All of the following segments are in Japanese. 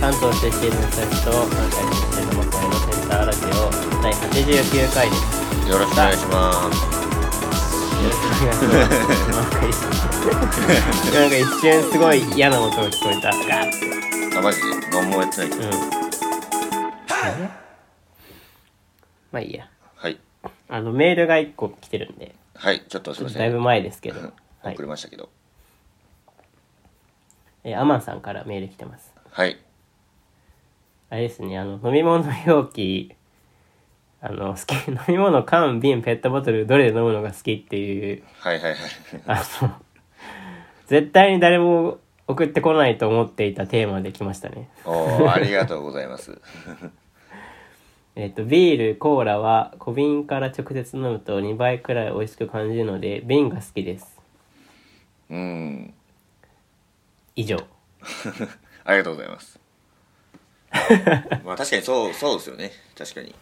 関東出身の人々を関西出身の僕らのセンターラジオ第89回ですよろしくお願いします。よろしくお願いします。なんか一瞬すごい嫌な音が聞こえた。ガッあ、マジで何もやってない。うん。まあいいや。はい。あのメールが一個来てるんで、はい、ちょっとすちいょっまとだせいん。ぶ前ですけど、はい遅れ。ましたけど。えーアマンさんからメール来てます。はい。あれですね、あの飲み物容器、あの好き飲み物缶瓶ペットボトルどれで飲むのが好きっていうはいはいはい。あの絶対に誰も送ってこないと思っていたテーマで来ましたね。おー、ありがとうございます。えっと、ビール、コーラは小瓶から直接飲むと2倍くらい美味しく感じるので、瓶が好きです。うん。以上。ありがとうございます。まあ確かにそう、そうですよね。確かに。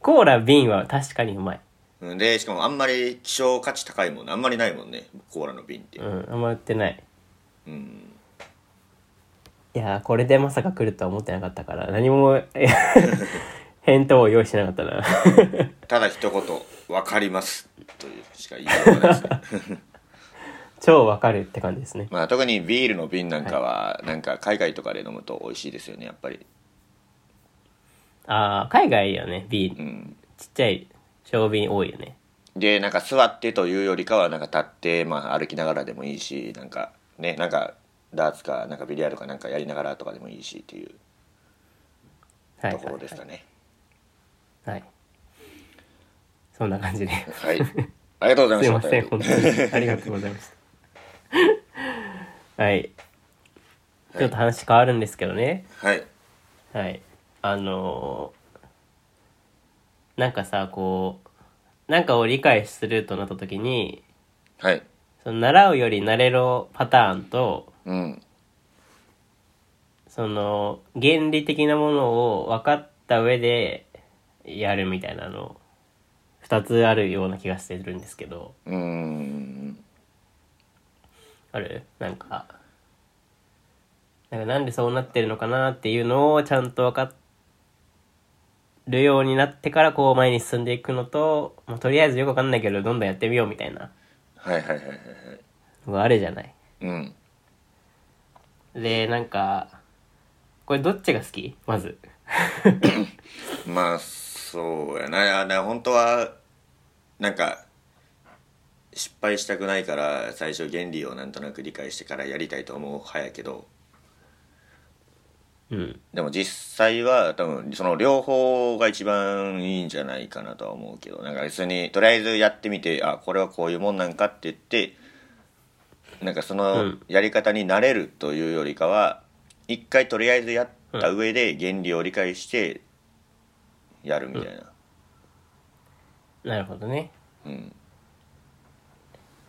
コーラ、瓶は確かにうまい。うんで、しかもあんまり希少価値高いもん、あんまりないもんね。コーラの瓶ってう。ん、あんま売ってない。うん。いやー、これでまさか来るとは思ってなかったから、何も、 え返答を用意してなかったな。 ただ一言、わかります。というしか言いようがないですね。超わかるって感じですね。まあ特にビールの瓶なんかは、なんか海外とかで飲むと美味しいですよね、やっぱり。あー、海外よね、ビーうル。ん。ちっちゃい小瓶多いよね。でなんか座ってというよりかはなんか立って、まあ、歩きながらでもいいしなんかねなんかダーツかなんかビリヤードかなんかやりながらとかでもいいしっていうはい。ところですかねはい。はいそんな感じ で。はい、ありがとうござすいいまましたせん、本お便り当に。ありがとうございました。はい。ちょっと話変わるんですけどね。はいはい。あのーなんかさ、こう、なんかを理解するとなった時に、はいその習うより慣れろパターンと、うんその原理的なものを分かった上でやるみたいなの、二つあるような気がしてるんですけど、うーんあるなんかなんかなんでそうなってるのかなっていうのをちゃんと分かるようになってからこう前に進んでいくのと、まあ、とりあえずよく分かんないけどどんどんやってみようみたいなはいはいはいはいはいのがあるじゃない。うんでなんかこれどっちが好きまず。まあそうやなあな本当はなんか失敗したくないから最初原理をなんとなく理解してからやりたいと思う派やけどうん。でも実際は多分その両方が一番いいんじゃないかなとは思うけどなんか別にとりあえずやってみてあこれはこういうもんなんかって言ってなんかそうのんやり方に慣れるというよりかは一回とりあえずやった上で原理を理解してやるみたいななるほどね。うん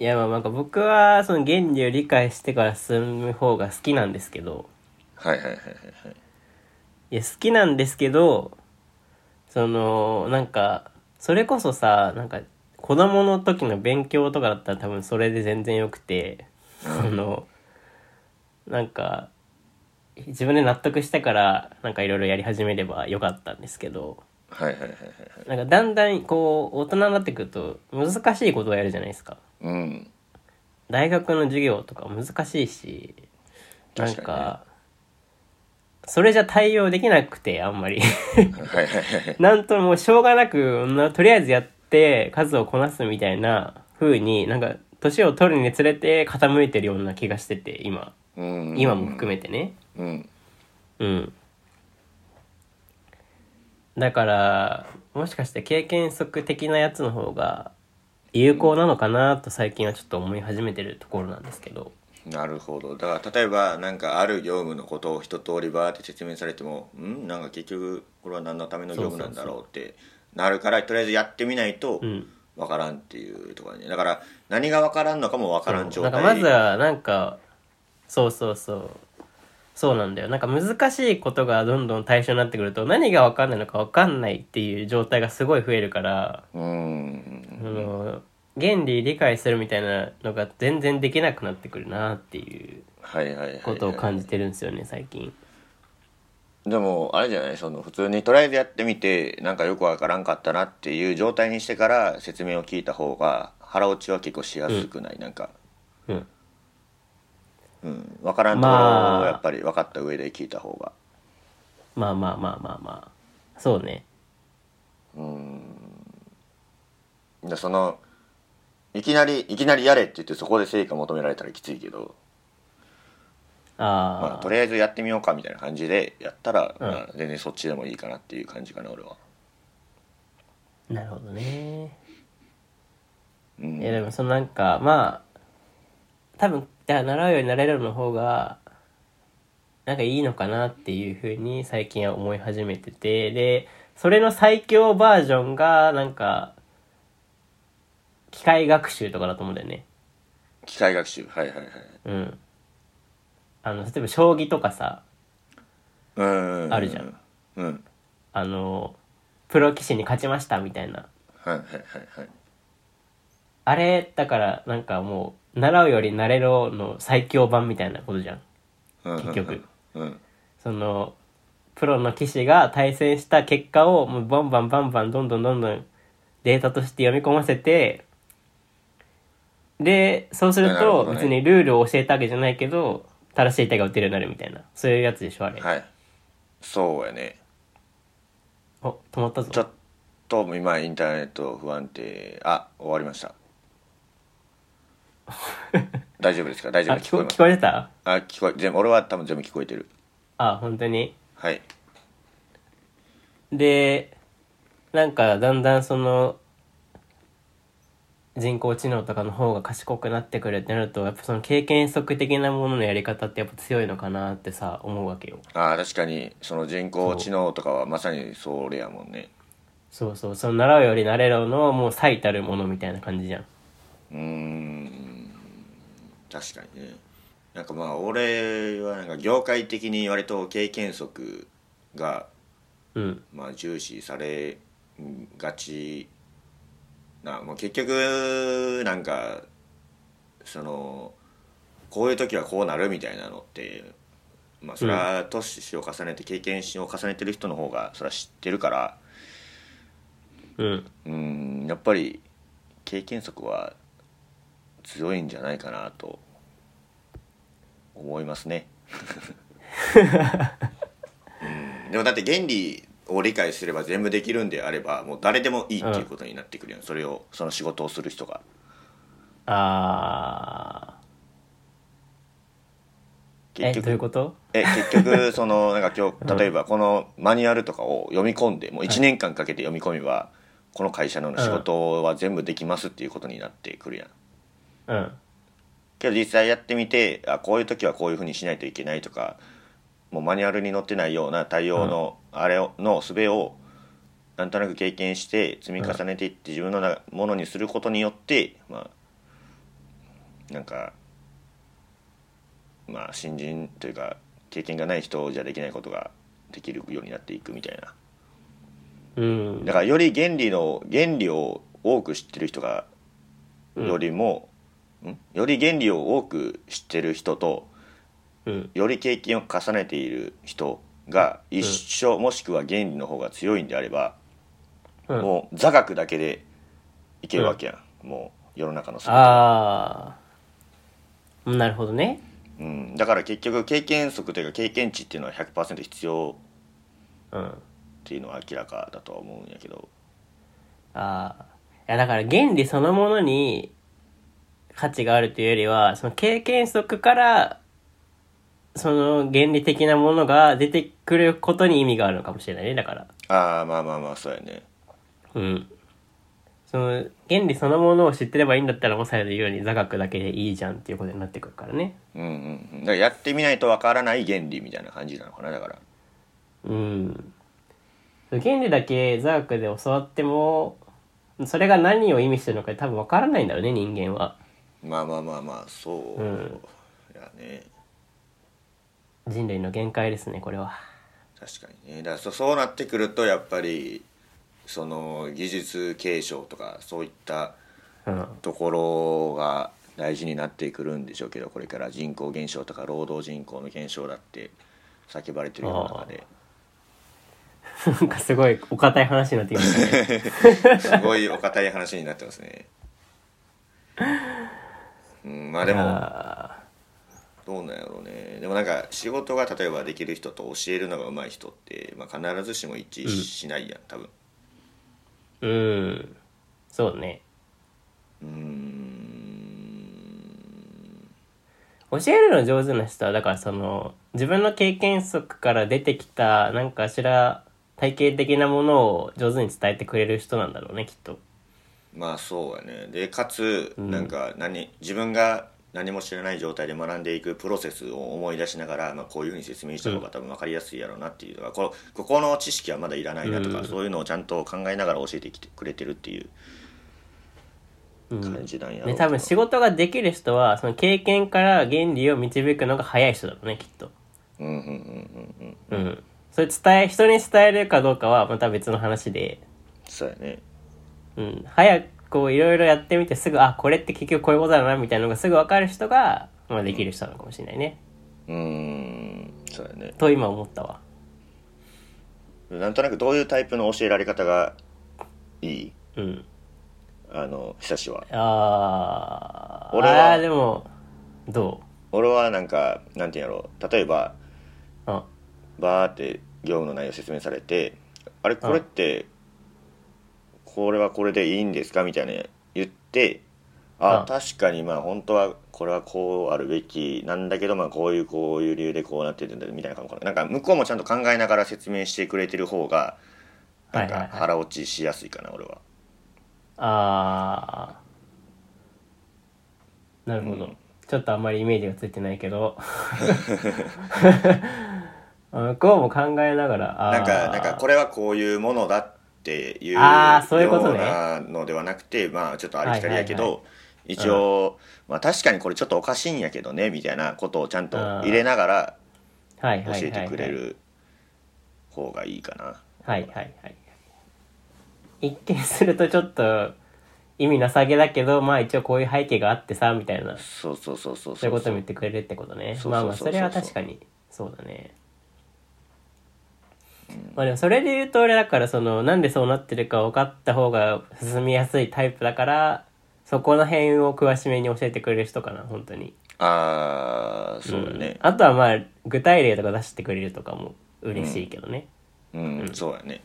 いやまあなんか僕はその原理を理解してから進む方が好きなんですけど。はいはいはいはいいや好きなんですけどそのなんかそれこそさなんか子供の時の勉強とかだったら多分それで全然よくてそのなんか自分で納得してからなんかいろいろやり始めればよかったんですけどはいはいはいはいなんかだんだんこう大人になってくると難しいことをやるじゃないですか。うん大学の授業とか難しいしなん確かかそれじゃ対応できなくてあんまり。はいはいはいなんともうしょうがなく、なとりあえずやって数をこなすみたいな風に、なんか、年を取るにつれて傾いてるような気がしてて、今。うん今も含めてね。うんうん。だから、もしかして経験則的なやつの方が有効なのかなと最近はちょっと思い始めてるところなんですけど。なるほどだから例えばなんかある業務のことを一通りバーって説明されてもんなんか結局これは何のための業務なんだろうってなるからとりあえずやってみないとうん。分からんっていうところねだから何が分からんのかも分からん状な態んかまずはなんかそうそうそうそうなんだよなんか難しいことがどんどん対象になってくると何が分かんないのか分かんないっていう状態がすごい増えるから、うーんあの原理理解するみたいなのが全然できなくなってくるなっていうはいはいはいはいことを感じてるんですよね最近。でもあれじゃないその普通にとりあえずやってみてなんかよくわからんかったなっていう状態にしてから説明を聞いた方が腹落ちは結構しやすくない、なんかうんうんわからんところまをあやっぱり分かった上で聞いた方がまあまあまあまあまあそうねでそのいきなりいきなりやれって言ってそこで成果求められたらきついけどまあ、あとあ、りあえずやってみようかみたいな感じでやったら、うんまあ全然そっちでもいいかなっていう感じかな俺はなるほどねうんいやでもそのなんかまあ多分じゃあ習うようになれるの方がなんかいいのかなっていうふうに最近は思い始めててでそれの最強バージョンがなんか機械学習とかだと思うんだよね機械学習はいはいはいうんあの例えば将棋とかさうんあるじゃんうんはいあのプロ棋士に勝ちましたみたいなはいはいはいあれだからなんかもう習うより慣れろの最強版みたいなことじゃんうんうんうん結局うんそのプロの棋士が対戦した結果をもうバンバンバンバンどんどんどんどんデータとして読み込ませてでそうするなるとほどね別にルールを教えたわけじゃないけど正しい手が打てるようになるみたいなそういうやつでしょあれ、はいそうやねお止まったぞちょっと今インターネット不安定あ終わり ました大丈夫ですか大丈あ夫です聞聞ここえます聞こえてたあ聞こえ全部俺は多分全部聞こえてるあ本当にはいでなんかだんだんその人工知能とかの方が賢くなってくるってなるとやっぱその経験則的なもののやり方ってやっぱ強いのかなってさ思うわけよあー確かにその人工知能とかはまさにそれやもんねそうそうその習うより慣れろのもう最たるものみたいな感じじゃんうーん確かにねなんかまあ俺はなんか業界的に割と経験則がうんまあ重視されがちなもう結局なんかそのこういう時はこうなるみたいなのってまあそれは年を重ねて経験を重ねてる人の方がそれは知ってるからうんうんやっぱり経験則は強いんじゃないかなと思いますね。 うん、でもだって原理を理解すれば全部できるんであればもう誰でもいいっていうことになってくるよ、それをその仕事をする人が。あーえ結どういう局ことえ結 局そのなんか今日例えばこのマニュアルとかを読み込んでもう1年間かけて読み込めば、この会社の仕事は全部できますっていうことになってくるやん。うんけど実際やってみてあこういう時はこういうふうにしないといけないとかもうマニュアルに載ってないような対応のあれをの術をなんとなく経験して積み重ねていって自分のなものにすることによってまあなんかまあ新人というか経験がない人じゃできないことができるようになっていくみたいなうんだからより原理の原理を多く知ってる人がうんよりも、んより原理を多く知ってる人とうんより経験を重ねている人が一緒、もしくは原理の方が強いんであれば、うんもう座学だけでいけるわけやん、もう世の中の全てああなるほどねうん、だから結局経験則というか経験値っていうのは100%必要うんっていうのは明らかだとは思うんやけどああいやだから原理そのものに価値があるというよりはその経験則からその原理的なものが出てくることに意味があるのかもしれないねだからああまあまあまあそうやねうんその原理そのものを知ってればいいんだったらもうさえるように座学だけでいいじゃんっていうことになってくるからねうんうんうんだからやってみないとわからない原理みたいな感じなのかなだからうん原理だけ座学で教わってもそれが何を意味してるのか多分わからないんだろうね人間はまあまあまあまあそう、うんやね人類の限界ですねこれは確かにねだからそそうなってくるとやっぱりその技術継承とかそういったうんところが大事になってくるんでしょ うけどこれから人口減少とか労働人口の減少だって叫ばれてるような中でなんかすごいお堅い話になってきましたねすごいお堅い話になってますねうん まあでいもやどうなんやろうねでもなんか仕事が例えばできる人と教えるのが上手い人って、まあ、必ずしも一致しないやん多分ーうんそうね教えるの上手な人はだからその自分の経験則から出てきたなんかしら体系的なものを上手に伝えてくれる人なんだろうねきっとまあそうやねでかつなんか何、自分が何も知らない状態で学んでいくプロセスを思い出しながら、まあ、こういうふうに説明した方が多分分かりやすいやろうなっていうのは、このここの知識はまだいらないなとか、うんそういうのをちゃんと考えながら教えてきてくれてるっていううん感じなんやろでう多分仕事ができる人はその経験から原理を導くのが早い人だろうねきっとうんうんうんうんうんうんそれ伝え人に伝えるかどうかはまた別の話でそうやねうん早くこういろいろやってみてすぐあこれって結局こういうことだなみたいなのがすぐ分かる人が、まあ、できる人なのかもしれないねうーんそうやねと今思ったわなんとなくどういうタイプの教えられ方がいいうんあの久しはあー俺はあーでもど俺はなんかなんていうんやろう例えばうあバーって業務の内容説明されてあれこれってこれはこれでいいんですかみたいな言ってあうん確かにまあ本当はこれはこうあるべきなんだけどまあこういうこういう理由でこうなってるんだみたいな感じなんか向こうもちゃんと考えながら説明してくれてる方がなはんいはかいはい腹落ちしやすいかな俺はあーなるほど、うんちょっとあんまりイメージがついてないけど あ向こうも考えながらあなんかなんかこれはこういうものだっていうようあーそういうことねなのではなくてまあちょっとありきたりやけど、はい一応、まあ、確かにこれちょっとおかしいんやけどねみたいなことをちゃんと入れながられ教えてくれる方がいいかな、はいはいはい一見するとちょっと意味なさげだけどまあ一応こういう背景があってさみたいなそうそうそうそうそういうことも言ってくれるってことねそうそうそうそうまあまあそれは確かにそうだねまあでもそれで言うと俺だからそのなんでそうなってるか分かった方が進みやすいタイプだからそこの辺を詳しめに教えてくれる人かな本当にああそうだねんあとはまあ具体例とか出してくれるとかも嬉しいけどね、うん、そうだね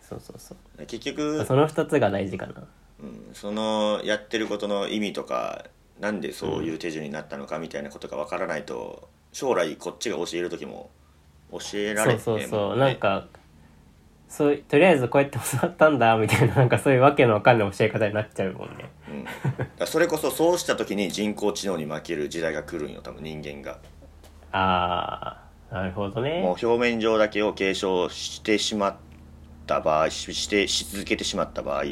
そうそうそう結局その2つが大事かなうんそのやってることの意味とかなんでそういう手順になったのかみたいなことがわからないと将来こっちが教える時も教えられへんそうそうそもう、んねなんかそうとりあえずこうやって教わったんだみ たいななんかそういうわけのわかんない教え方になっちゃうもんねうんだからそれこそそうした時に人工知能に負ける時代が来るんよ多分人間がああなるほどもうね表面上だけを継承してしまった場合ししてし続けてしまった場合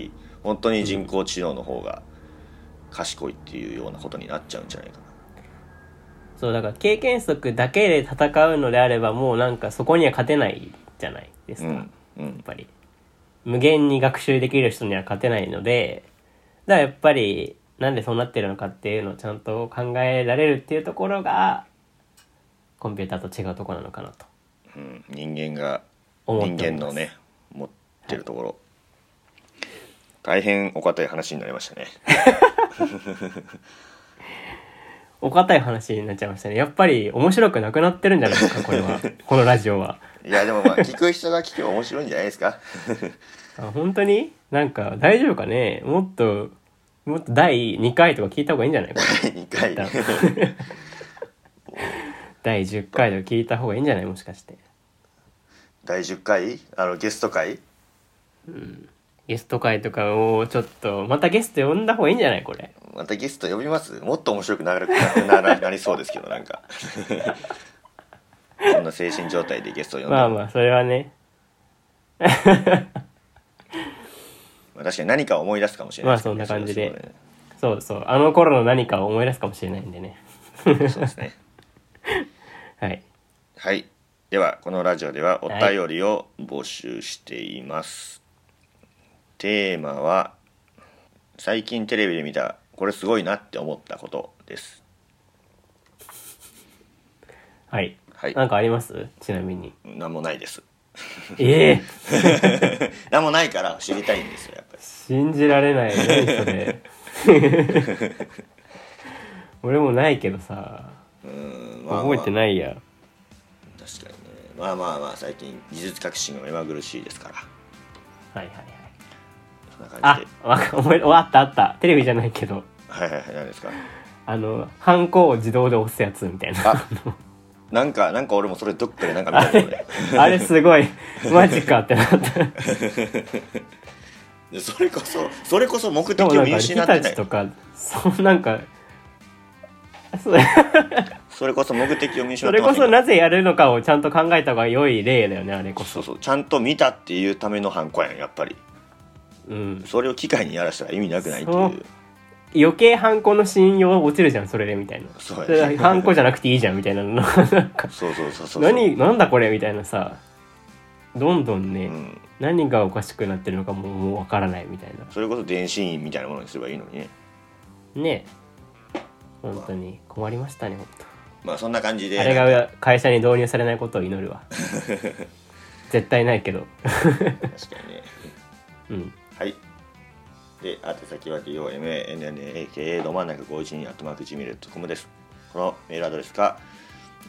本当に人工知能の方が賢いっていうようなことになっちゃうんじゃないかなそうだから経験則だけで戦うのであればもうなんかそこには勝てないじゃないですか、うやんうんっぱり無限に学習できる人には勝てないのでだからやっぱりなんでそうなってるのかっていうのをちゃんと考えられるっていうところがコンピューターと違うところなのかなとうん人間が思ってお人ります間のね持ってるところ、大変お堅い話になりましたねお堅い話になっちゃいましたね。やっぱり面白くなくなってるんじゃないですか、これは。このラジオは。いやで もまあ聞く人が聞けば面白いんじゃないですかあ本当になんか大丈夫かねもっと、もっと第2回とか聞いた方がいいんじゃないか2回な第10回とか聞いた方がいいんじゃないもしかして。 第10回あのゲスト回ゲスト会とかをちょっと、またゲスト呼んだ方がいいんじゃないこれ。またゲスト呼びますもっと面白くなる なななりそうですけどなんか こんな精神状態でゲストを呼んだまら、あまあ、それはね。まあ確かに何か思い出すかもしれないけまあそどんな感じでそうですねそうそう。あの頃の何かを思い出すかもしれないんでね。そうですねはい。はいではこのラジオではお便りを募集しています、テーマは最近テレビで見たこれすごいなって思ったことですはい。はいなんかありますちなみに。なんもないですええ何もないから知りたいんですよやっぱり信じられない何それ 俺もないけどさうんまあまあ覚えてないや確かにねまあまあまあ最近技術革新が目まぐるしいですからはいはいはいそんな感あじでわか覚え終わったあったテレビじゃないけどはいはいはい何ですかあのハンコを自動で押すやつみたい なあなんかなんか俺もそれどっかでなんか見たよ ねあれすごいマジかってな ったでそれこそそれこそ目的でもをなん見か失日ってな立いとかそうなんかそうそれこそ目的を見失そってれまこせそんかなぜやるのかをちゃんと考えた方が良い例だよねあれこそそうそうちゃんと見たっていうためのハンコやんやっぱりうんそれを機械にやらしたら意味なくないっていそうう余計ハンコの信用落ちるじゃんそれでみたいなそうやそれハンコじゃなくていいじゃんみたいなのなんか そうそうそうそう何なんだこれみたいなさどんどんね、うん、何がおかしくなってるのかももうわからないみたいなそれこそ電子音みたいなものにすればいいのにねねえ本当に困りましたね本まあそんな感じで当あれが会社に導入されないことを祈る わ絶対ないけど確かにねうんはいで宛先は DOMANNAKA ど真ん中51にアットマーク Gmail.com ですこのメールアドレスか、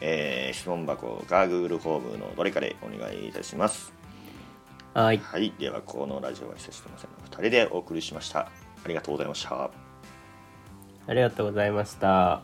えー質問箱か Google フォームのどれかでお願いいたしますはいはいではこのラジオは久しぶりませんの2人でお送りしましたありがとうございましたありがとうございました